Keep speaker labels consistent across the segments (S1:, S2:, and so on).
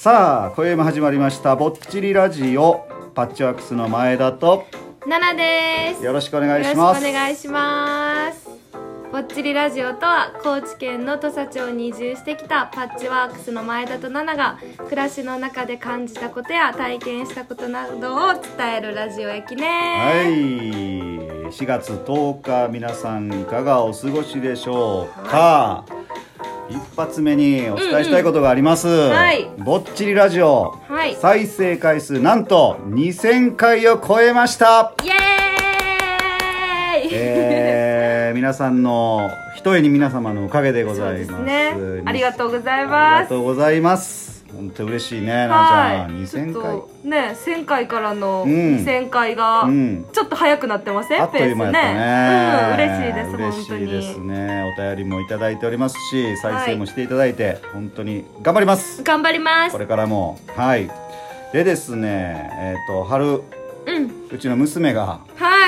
S1: さあ今宵も始まりました「ぼっちりラジオ」パッチワークスの前田と
S2: ナナです。
S1: よろ
S2: し
S1: しくお願いします
S2: よろしくお願いします。ぼっちりラジオとは高知県の土佐町に移住してきたパッチワークスの前田とナナが暮らしの中で感じたことや体験したことなどを伝えるラジオやき
S1: は
S2: ね。
S1: い4月10日皆さんいかがお過ごしでしょうか、一発目にお伝えしたいことがあります、
S2: はい
S1: ぼっちりラジオ、
S2: はい
S1: 再生回数なんと2000回を超えました
S2: イエーイ、
S1: えー、 皆さんの一重に皆様のおかげでご
S2: そう
S1: ざい
S2: です
S1: ます
S2: ね。 ありがとうござい
S1: あり
S2: ま
S1: が
S2: す。
S1: とうございます本当嬉しいねな
S2: は
S1: んちゃん
S2: い、ちょっ
S1: 2000回
S2: とね1000回からの
S1: うん
S2: 2000回が
S1: うん
S2: ちょっと早くなってません、
S1: あっと
S2: ペー
S1: いう
S2: ス
S1: 間や
S2: ね
S1: ったね、
S2: うん、嬉しいで
S1: 嬉
S2: す
S1: しいで
S2: 本
S1: す
S2: 当に
S1: ねお便りもいただいておりますし再生もしていただいて、本当に頑張ります
S2: 頑張ります
S1: これからもはいでですねえっ、と春
S2: うん
S1: うちの娘が
S2: は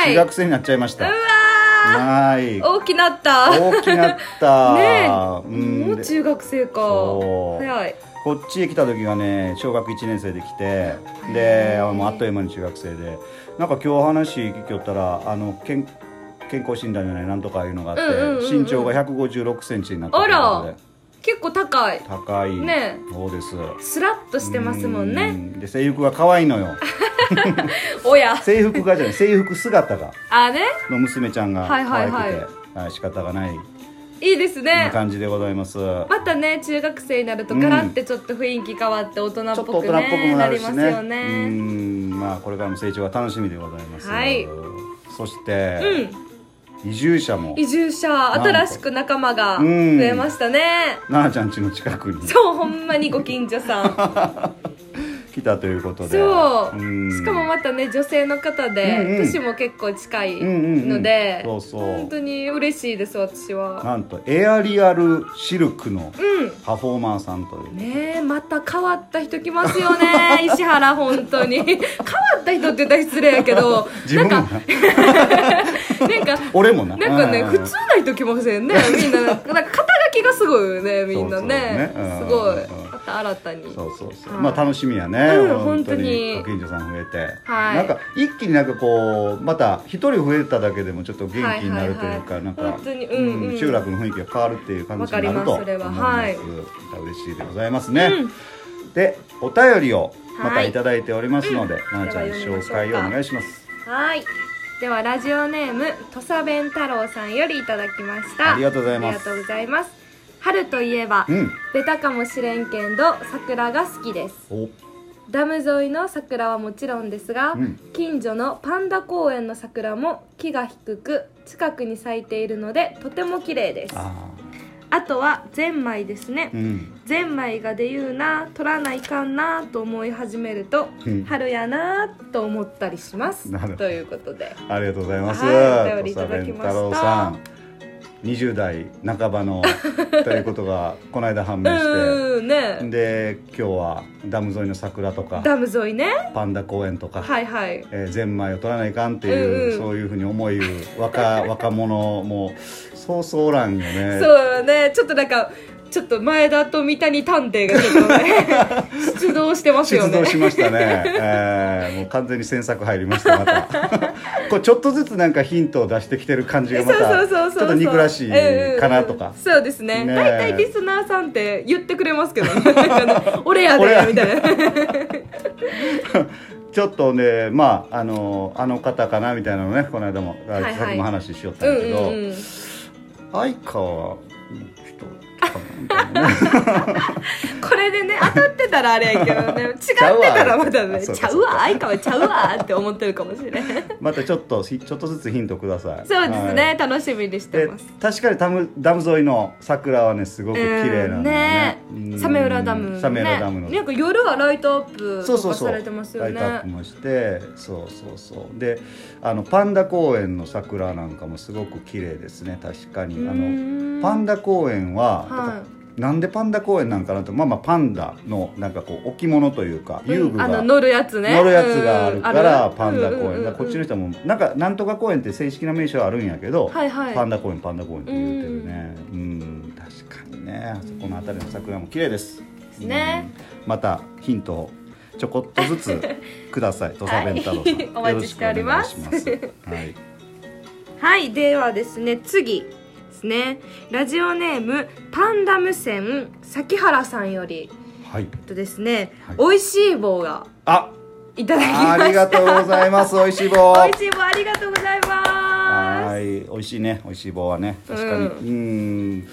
S1: 中
S2: い
S1: 学生になっちゃいました、
S2: うわ
S1: は
S2: ー
S1: い
S2: 大きなった
S1: 大きなった、
S2: ねえ
S1: うん
S2: もう
S1: で
S2: 中学生か
S1: そう
S2: 早い
S1: こっちへ来た時がね小学1年生で来てで
S2: へー
S1: もうあっという間に中学生でなんか今日話聞きよったらあの健健康診断じゃないなんとかいうのがあって、
S2: うんうんうんうん
S1: 身長が1 5 6センチになった
S2: あ
S1: とい
S2: ら
S1: うこ
S2: 結構高い
S1: とで高い
S2: ね
S1: そうです
S2: スラッとしてますもん
S1: う
S2: ね
S1: んで制服が可愛い のよ
S2: おや
S1: 制服がじゃない制服姿が
S2: あれ
S1: の娘ちゃんが可
S2: は
S1: 愛
S2: い
S1: くて、
S2: はいはい
S1: はい仕方がない
S2: いいですね
S1: 感じでございます、
S2: またね中学生になると
S1: うん
S2: ガラってちょっと雰囲気変わって大人
S1: ちょ
S2: っ
S1: っと
S2: ぽ
S1: 大
S2: く
S1: 人っぽく
S2: ね
S1: もな
S2: な
S1: る
S2: り
S1: し
S2: ます
S1: ね。
S2: よ
S1: う
S2: ね
S1: ん、まあこれからの成長が楽しみでございます。
S2: はい
S1: そして、
S2: うん
S1: 移住者も
S2: 移住者
S1: なんと
S2: 新しく仲間が増
S1: うん
S2: えましたね、
S1: 奈々ちゃん家の近くに
S2: そうほんまにご近所さん
S1: 来たということで、
S2: そう、
S1: ん
S2: しかもまたね女性の方で、
S1: うんうん
S2: 年も結構近い
S1: うんうんうん
S2: ので、
S1: そうそう
S2: 本当に嬉しいです私は
S1: なんとエアリアルシルクの
S2: う
S1: パフォーマーさんという。
S2: んねえまた変わった人来ますよ ね石原本当に変わった人って言ったら失礼やけど
S1: 自分も
S2: なん
S1: な
S2: かなんか
S1: 俺もな。
S2: なんかね、
S1: う
S2: 普通な人来ませんね、みんな、なんか肩書きがすごいよね、みんなね
S1: そうそうね。
S2: す
S1: うん
S2: ご
S1: うん
S2: い
S1: うん、
S2: また新たに。
S1: そうそうそう。
S2: はい
S1: まあ楽しみやね。
S2: うん
S1: ご
S2: 本当
S1: 近所さん増えて。
S2: はい
S1: なんか一気になんかこうまた一人増えただけでもちょっと元気になるというか、
S2: はいはいはい
S1: なんか
S2: 本当にうんうん
S1: 集落の雰囲気が変わるっていう感じになると
S2: わ
S1: 思
S2: か
S1: い
S2: り
S1: ます。
S2: ますそれははい
S1: また嬉しいでございますね。でお便りをまた
S2: はい
S1: いただいておりますので、
S2: ん
S1: ななちゃん
S2: では読みましょうか
S1: 紹介をお願いします。
S2: はい。では、ラジオネーム、土佐弁太郎さんよりいただきました。
S1: ありがとうございます
S2: ありがとうございます春といえば、
S1: うん。
S2: ベタかもしれんけんど、桜が好きです。
S1: お
S2: ダム沿いの桜はもちろんですが、
S1: うん
S2: 近所のパンダ公園の桜も木が低く近くに咲いているのでとても綺麗ですあ
S1: あ
S2: とはゼンマイですね、
S1: ーうん。
S2: ゼンマイが出言うな取らないかんなと思い始めると、
S1: うん
S2: 春やなと思ったりします
S1: なるほど
S2: ということで
S1: ありがとうございます。
S2: はいお便りいただきました
S1: 土佐弁太郎さん。20代半ばのということがこの間判
S2: う
S1: 明して、
S2: ーんね
S1: で今日はダム沿いの桜とか
S2: ダム沿いね
S1: パンダ公園とか、
S2: はいはい
S1: えーゼンマイを取らないかんっていう、
S2: うんうん
S1: そういうふうに思いを 若若者もそうそうおらんよね
S2: そうねちょっとなんかちょっと前田と三谷探偵がちょっ とね出動してますよ
S1: 出
S2: ね
S1: 動しましたね、えーもう完全に詮索入りましたま たこうちょっとずつなんかヒントを出してきてる感じがま
S2: そう
S1: たち
S2: そ
S1: ょ
S2: うそう
S1: っ
S2: そうそう
S1: と憎らしいかなと
S2: うん
S1: か
S2: うんうん、そうですね
S1: ねえ
S2: 大体リスナーさんって言ってくれますけど、ね、なんかね俺やで
S1: 俺や
S2: みた いな
S1: ちょっとねまああのあの方かなみたいなのねこの間も、あ
S2: いはい
S1: さっきも話しよった
S2: うん
S1: だけど、
S2: んうんうん
S1: 相川の人かなみたいなね
S2: これでね当たってたらあれやけどね違ってたらまだね
S1: ちゃうわ
S2: ちゃうわ相川ちゃうわって思ってるかもしれない
S1: またちょっとひちょっとずつヒントください
S2: そうです
S1: は
S2: ね
S1: い
S2: 楽しみにして
S1: で
S2: ま
S1: 確
S2: す
S1: かにダムダム沿いの桜はねすごく綺麗なんだね,
S2: う
S1: うんん、
S2: ねサメ浦ダムね
S1: サメ浦ダムの、
S2: なんか夜はライトアップ
S1: そう
S2: と
S1: そう
S2: か
S1: そう
S2: されてますよ
S1: ラ
S2: ね
S1: イトアップもしてそうそうそうであのパンダ公園の桜なんかもすごく綺麗ですね確かにあのパン
S2: ダ
S1: ダ公園は、
S2: は
S1: なんでパンダ公園なんかなとまあまあパンダのなんかこう置物というか
S2: い
S1: 遊具が、
S2: あの乗るやつね
S1: 乗るやつがあるから、
S2: うん
S1: パンダ公園、
S2: うんうんうん
S1: だからこっちの人もなんかなんとか公園って正式な名称あるんやけど、
S2: はいはい
S1: パンダ公園パンダ公園って言うてるねうん確かにねあそこの辺りの桜も綺麗です
S2: ですね。
S1: またヒントをちょこっとず つください。土佐弁太郎さん、
S2: お待ちしております
S1: よろしくお願いしますはい。
S2: はい、ではですね、次ですね。ラジオネームパンダ無線崎原さんより
S1: はい。
S2: えっとですね、
S1: は
S2: 美味しい棒が
S1: あ、
S2: いただきました。
S1: ありがとうございます。美味しい 棒。
S2: 美味しい棒ありがとうございま
S1: はい、美味しいね。美味しい棒はね、確かに。
S2: う
S1: うーん。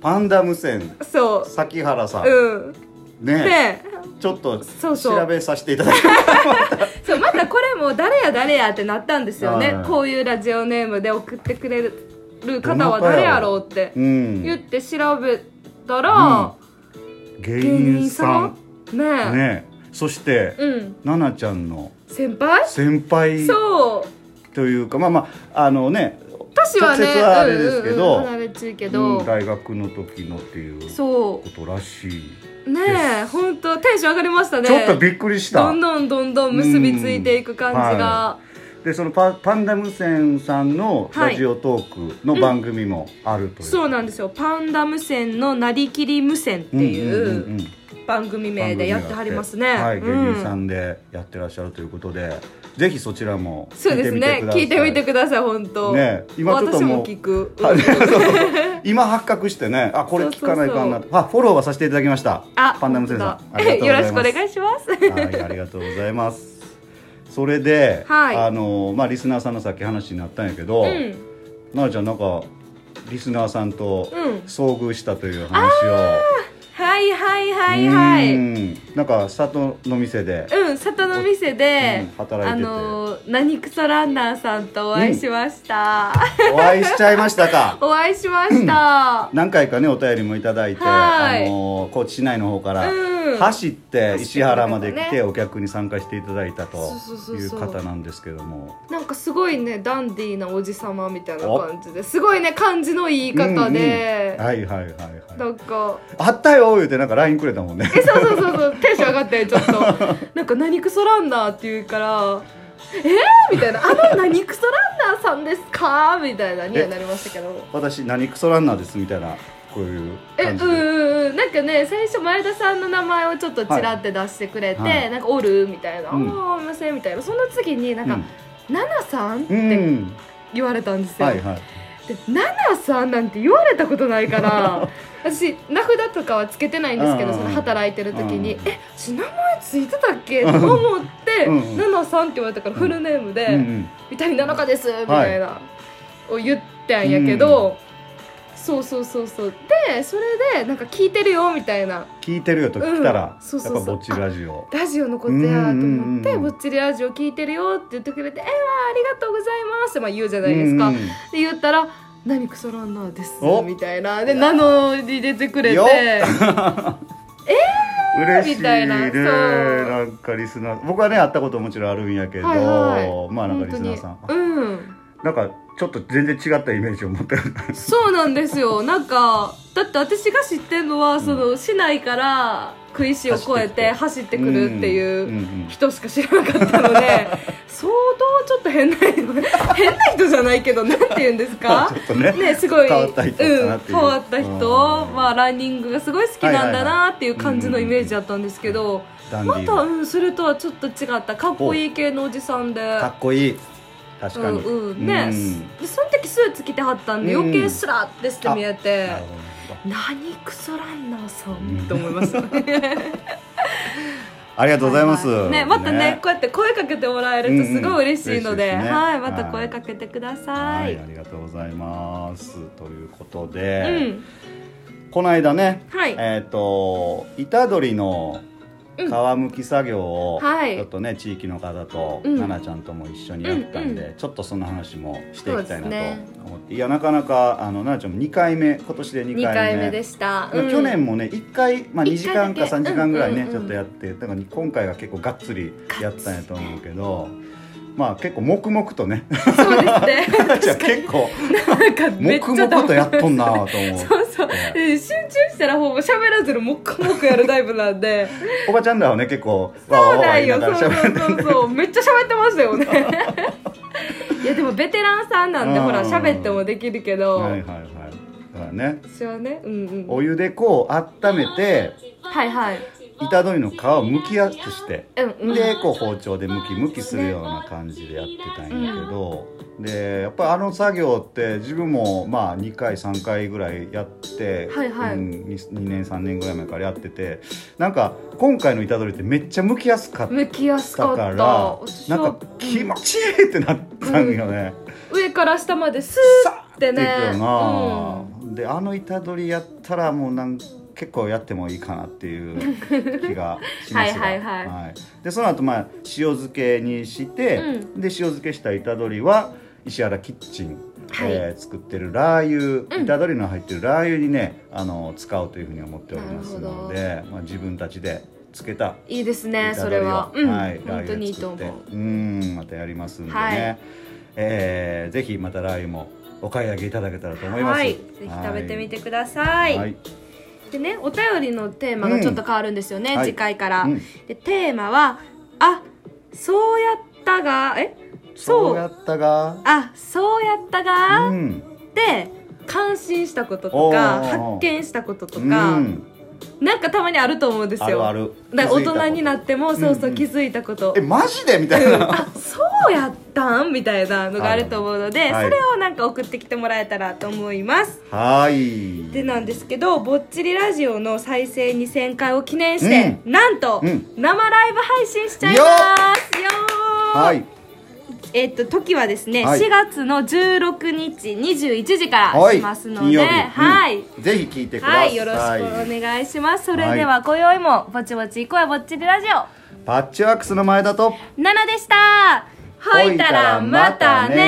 S1: パンダ無線、
S2: す。そ
S1: 崎原さん。
S2: う、うん。
S1: ね
S2: で、
S1: ちょっと
S2: そうそう
S1: 調べさせていただきます。
S2: そうまたこれも誰や誰やってなったんですよね
S1: は。い
S2: こういうラジオネームで送ってくれる方は誰やろうって
S1: うん。
S2: 言って調べたら、
S1: 芸
S2: 芸人
S1: 人さ
S2: さ
S1: ん
S2: ん。ねえ
S1: ね、そして、
S2: うん、
S1: 奈々ちゃんの
S2: 先輩
S1: 先輩
S2: そう。
S1: というか、まあまああのね、
S2: 私はね、
S1: 直接はあれですけど
S2: うんうんうん離れちいけど、
S1: うん大学の時のっていうこ
S2: そ
S1: とらしい。
S2: うねえ本当テンション上がりましたね
S1: ちょっとびっくりした。
S2: どんどんどんどん結びついていく感じが、
S1: でそのパパンダ無線さんの
S2: はい
S1: ラジオトークの番組もあるという、
S2: そうなんですよパンダ無線のなりきり無線ってい
S1: んんん
S2: ううん番組名でやってはりますね、
S1: はい、芸
S2: うん
S1: 人さんでやってらっしゃるということで、ぜひそちらも聞
S2: そう
S1: い
S2: で
S1: て
S2: す
S1: みて
S2: ね
S1: ください。
S2: 聞いてみてください本当
S1: ね今ちょっと
S2: 私
S1: もう
S2: も聞く、うん
S1: はいそうそう今発覚してね、あこれ聞かないかんなと、あフォローはさせていただきました。
S2: あ
S1: パンダ無線さ
S2: 本
S1: ん、あ
S2: 当だ
S1: りが
S2: よろ
S1: と
S2: し
S1: う
S2: く
S1: ご
S2: お
S1: ざいます。
S2: 願いします
S1: はい、ありがとうございます。それで、
S2: はい
S1: あのまあリスナーさんのさっき話になったんやけど、
S2: う
S1: 奈
S2: ん
S1: 々ちゃんなんかリスナーさんと
S2: うん
S1: 遭遇したという話を、
S2: はいはいはいは
S1: う
S2: い
S1: んなんか里の店で、
S2: うん里の店で、
S1: うん働いてて
S2: あの何クソランナーさんとお会いしました、。
S1: お会いしちゃいましたか
S2: お会いしました
S1: 何回かねお便りもいただいて、
S2: はい
S1: あの高知市内の方から
S2: うん
S1: 走って石原まで
S2: 走っ
S1: 来
S2: てくれ
S1: て
S2: た
S1: お客に参加していただいたと
S2: そうそうそう
S1: い
S2: そう
S1: う方なんですけども、
S2: なんかすごいねダンディーなおじさまみたいな感じですごいね感じのいい方で
S1: うんうん、はいはいはい
S2: な
S1: はい。
S2: んか
S1: あったよ言うてなんか LINE くれたもんね。
S2: えそうそうそうそうテンション上がってちょっとなんか「何クソランナー」って言うから「えー?」みたいな「あの何クソランナーさんですか?」みたいなにはなりましたけど
S1: 私何クソランナーですみたいなこういう
S2: えう
S1: 感
S2: ん
S1: じ
S2: うん
S1: で。
S2: うんなんかね最初前田さんの名前をちょっとちらって出してくれて「
S1: はい
S2: なんかおる?」みたいな「
S1: うん
S2: ああ無線」みたいなその次になんか「ナナさ
S1: う
S2: ん?」っ
S1: ん、う
S2: て
S1: ん、
S2: 言われたんですよ、
S1: はいはい。
S2: で「ナナさん」なんて言われたことないから 私名札とかはつけてないんですけど、
S1: うんうん
S2: その働いてる時に
S1: う
S2: 「
S1: ん
S2: え私名前ついてたっけ?」と思って
S1: うんう
S2: 「
S1: ん
S2: ナナさん」って言われたからフルネームで「
S1: うんうん
S2: 三谷ナナカです」みたいな、を言ったんやけど、そうそうそうそうでそれでなんか聞いてるよみたいな
S1: 聞いてるよと来たら、
S2: うんそうそうそう
S1: やっぱぼっちラジオ。
S2: ラジオのことやと思っ
S1: う
S2: て「
S1: んうんうん
S2: ぼっちりラジオ聞いてるよ」って言ってくれて「えー、わあありがとうございます」ってまあ言うじゃないですか。
S1: うん
S2: で言ったら「何クソランナーです」
S1: お
S2: みたいなで名乗り出てくれて
S1: よっ
S2: 「
S1: 嬉しい
S2: みたいな
S1: ね
S2: そう
S1: なんかリスナー僕はね会ったこともちろんあるんやけど、
S2: はいはい
S1: まあなんか
S2: 本
S1: リ
S2: 当
S1: スナ
S2: に
S1: ーさん、
S2: うん
S1: なんかちょっと全然違ったイメージを持ってる
S2: そうなんで すよなんかだって私が知ってるのはその市内から食いしを越えて走ってくるって
S1: ん
S2: いうん
S1: ん
S2: 人しか知らなかったので 相当ちょっと変な変な人じゃないけどなんて言うんです か
S1: ちょっとね
S2: ね、すごい
S1: 変わった人だなっていう
S2: うん、変わった人、
S1: うん
S2: まあ、ランニングがすごい好きなんだ
S1: はいはいは
S2: なっていう感じのイメージだったんですけど、
S1: ダンデ
S2: ま
S1: ィー
S2: た、うん、それとはちょっと違ったかっこいい系のおじさんで
S1: かっこいい確かに、
S2: うんうんね、
S1: うん
S2: でその時スーツ着てはったんで
S1: うん
S2: 余計すらってして見えて
S1: なるほ、ど
S2: 何クソランナーさ
S1: うん
S2: んって思いま した
S1: ありがとうございます、
S2: はは ね、またねこうやって声かけてもらえるとすごい嬉しいの
S1: う
S2: で,、
S1: んうん嬉しいですね
S2: はい、また声かけてくださ、
S1: はいいありがとうございますということで、
S2: うん
S1: この間ね、
S2: はい
S1: えっ、と虎取の
S2: うん
S1: 皮むき作業を
S2: はい
S1: ちょっとね、地域の方と
S2: うん
S1: 奈々、ちゃんとも一緒にやったんで、
S2: うん
S1: ちょっとその話もしていきたいな
S2: そうです
S1: と思って、いやなかなかあの奈々ちゃんも2回目今年で2
S2: 2
S1: 回目
S2: 回目でした、うん
S1: 去年もね1回、まあ、2
S2: 一
S1: 時
S2: 回だ
S1: 間
S2: け
S1: か3時間ぐらいね、
S2: うんうんうん
S1: ちょっとやってだから今回は結構がっつりやったんやと思うけど、まあ結構黙々とね
S2: そう ですね
S1: じゃあ結構
S2: なんかめっ
S1: 黙
S2: ちゃ
S1: 々とやっとん
S2: な
S1: なと思う
S2: そうそうで集中したらほぼ喋らずにもっこもっこやるタイプなんで
S1: おばちゃんらはね結構わ
S2: そうな
S1: わ
S2: んよ
S1: わ
S2: そう
S1: 言いながら
S2: そうそうそうめっちゃ喋ってまし たよねいやでもベテランさんなんで
S1: うん
S2: ほら喋ってもできるけど、
S1: はいはいはいだからね
S2: 私はねうんうん
S1: お湯でこう温めて
S2: はいはい
S1: 板取りの皮をむきやすくして
S2: うんうん
S1: でこう包丁でむきむきするような感じでやってたんやけど、でやっぱりあの作業って自分もまあ2回3回ぐらいやって、
S2: はいはい
S1: うん、2, 年3年ぐらい前からやっててなんか今回の板取りってめっちゃむきやすかっ
S2: むきやす
S1: た
S2: かっ
S1: から
S2: た
S1: なんか気持ちいいってなったんよね、
S2: 上から下までス
S1: さ
S2: ー
S1: っ
S2: っ
S1: い
S2: てて
S1: くよ
S2: ね
S1: な、
S2: うん
S1: であの板取りやったらもうなん結構やってもいいかなっていう気がしますが
S2: はいはいはい
S1: でその後まあ塩漬けにして、
S2: う
S1: で塩漬けした板取りは石原キッチン、
S2: はい
S1: えー作ってるラー油、
S2: うん
S1: 板取りの入ってるラー油にねあの使うというふうに思っておりますの
S2: な
S1: で、まあ、自分たちでつけた
S2: いいですね
S1: 板
S2: そ
S1: 取
S2: れ
S1: りを
S2: は、うん
S1: はい、ラー
S2: 本当にいいと
S1: 油
S2: 思
S1: で作っ
S2: う
S1: てうんまたやりますんでね、
S2: はい
S1: えーぜひまたラー油もお買い上げいただけたらと思います
S2: はいぜひ食べてみてください、
S1: はい
S2: でねお便りのテーマがちょっと変わるんですよね、
S1: うんはい
S2: 次回から、
S1: うん
S2: でテーマは「あそうやったがえ
S1: そ
S2: そうう
S1: やったが
S2: あそうやったが」
S1: うん
S2: で感心したこととか
S1: おー
S2: 発見したことと
S1: う
S2: か、
S1: ん
S2: なんかたまにあると思うんですよ
S1: あるある
S2: だから大人にな
S1: って
S2: ってもそう
S1: うん
S2: そううん気づいたこと、
S1: えマジでみたいな、
S2: あそうやったんみたいなのがあると思うので、
S1: はい
S2: それをなんか送ってきてもらえたらと思います
S1: はい
S2: でなんですけど「ぼっちりラジオ」の再生2000回を記念して、なんと、
S1: うん
S2: 生ライブ配信しちゃいますよー
S1: はい
S2: えっと時はですね、
S1: はい
S2: 4月の16日21時から
S1: は
S2: し
S1: い
S2: ますの
S1: 金
S2: で、
S1: 曜日
S2: はい、
S1: うんぜひ聞いてくださ、
S2: はいい、よろしくお願いします。それ
S1: はい
S2: では、今宵もぼちぼち行こうやぼっちりラジオ
S1: パッチワークスの前だと
S2: ナナでした。ほいたらまたね。